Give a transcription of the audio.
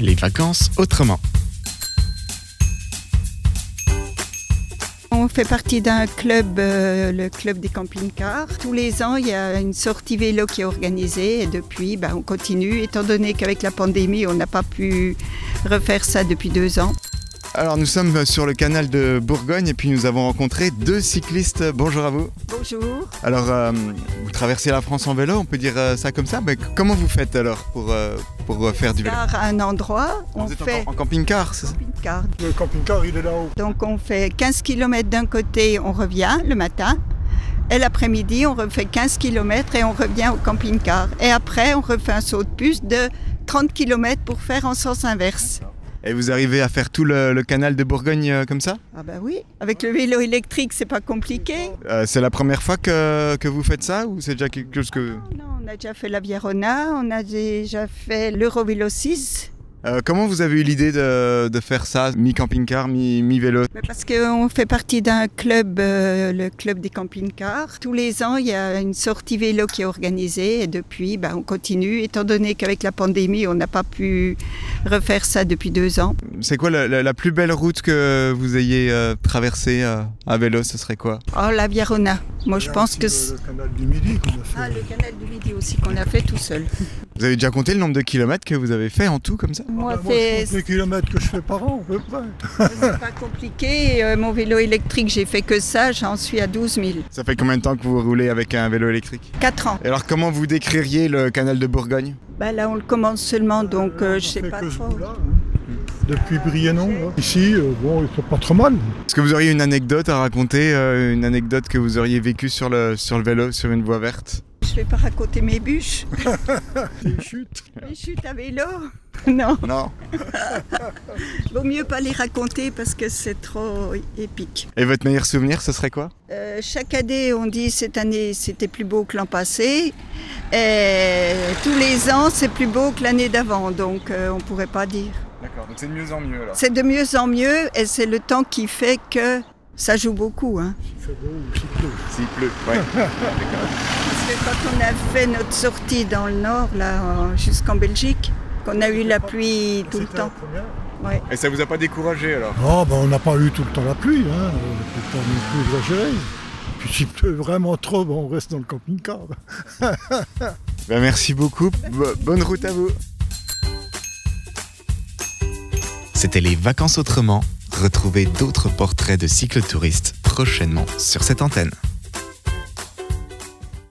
Les vacances autrement. On fait partie d'un club, euh, le club des camping-cars. Tous les ans, il y a une sortie vélo qui est organisée et depuis, ben, on continue, étant donné qu'avec la pandémie, on n'a pas pu refaire ça depuis deux ans. Alors nous sommes sur le canal de Bourgogne et puis nous avons rencontré deux cyclistes. Bonjour à vous. Bonjour. Alors euh, vous traversez la France en vélo, on peut dire euh, ça comme ça, mais comment vous faites alors pour, euh, pour euh, faire du vélo Car à un endroit, on Vous êtes en- fait en, camping-car, c'est ça camping-car. Le camping-car, il est là-haut. Donc on fait 15 km d'un côté, on revient le matin. Et l'après-midi, on refait 15 km et on revient au camping-car. Et après, on refait un saut de puce de 30 km pour faire en sens inverse. Et vous arrivez à faire tout le, le canal de Bourgogne euh, comme ça Ah ben oui, avec le vélo électrique, c'est pas compliqué. Euh, C'est la première fois que, que vous faites ça ou c'est déjà quelque chose que... Non, on a déjà fait la Vierona, on a déjà fait l'Eurovélo 6. Euh, comment vous avez eu l'idée de, de faire ça, mi-camping-car, mi- mi-vélo Mais Parce qu'on fait partie d'un club, euh, le club des camping-cars. Tous les ans, il y a une sortie vélo qui est organisée et depuis, ben, on continue, étant donné qu'avec la pandémie, on n'a pas pu refaire ça depuis deux ans. C'est quoi la, la- la plus belle route que vous ayez euh, traversée euh, à vélo Ce serait quoi Oh, la Vierona, moi Il y je a pense aussi que... le- c'est- Le canal du Midi qu'on a fait. Ah, le canal du midi aussi qu'on a fait tout seul. Vous avez déjà compté le nombre de kilomètres que vous avez fait en tout comme ça Moi, Ah Ah bah, c'est... je compte les kilomètres que je fais par an, à peu près. C'est pas compliqué. Euh, mon vélo électrique, j'ai fait que ça. J'en suis à 12 000. Ça fait combien de temps que vous roulez avec un vélo électrique 4 ans. Et alors comment vous décririez le canal de Bourgogne Bah, là, on le commence seulement, donc Là, euh, on je sais fait pas que ce trop. bout-là, hein. Depuis Briennon, là. ici, euh, bon, c'est pas trop mal. Est-ce que vous auriez une anecdote à raconter euh, Une anecdote que vous auriez vécue sur le, sur le vélo, sur une voie verte Je vais pas raconter mes bûches. C'est une chute. mes chutes à vélo. Non, Non. vaut mieux pas les raconter parce que c'est trop épique. Et votre meilleur souvenir, ce serait quoi Euh, chaque année, on dit cette année c'était plus beau que l'an passé. Et tous les ans, c'est plus beau que l'année d'avant, donc euh, on pourrait pas dire. D'accord, donc c'est de mieux en mieux alors. C'est de mieux en mieux et c'est le temps qui fait que ça joue beaucoup. Hein. Il fait beau, il pleut. S'il pleut, ouais. Parce que quand on a fait notre sortie dans le nord, là, en- jusqu'en Belgique, qu'on a eu la pluie tout le C'était la temps. première. Ouais. Et ça vous a pas découragé alors Ah, ben, on n'a pas eu tout le temps la pluie, hein. on n'a pas non plus exagéré. Puis s'il pleut vraiment trop, ben, on reste dans le camping-car. Bah, Merci beaucoup, Bo- bonne route à vous C'était les vacances autrement. Retrouvez d'autres portraits de cyclotouristes prochainement sur cette antenne.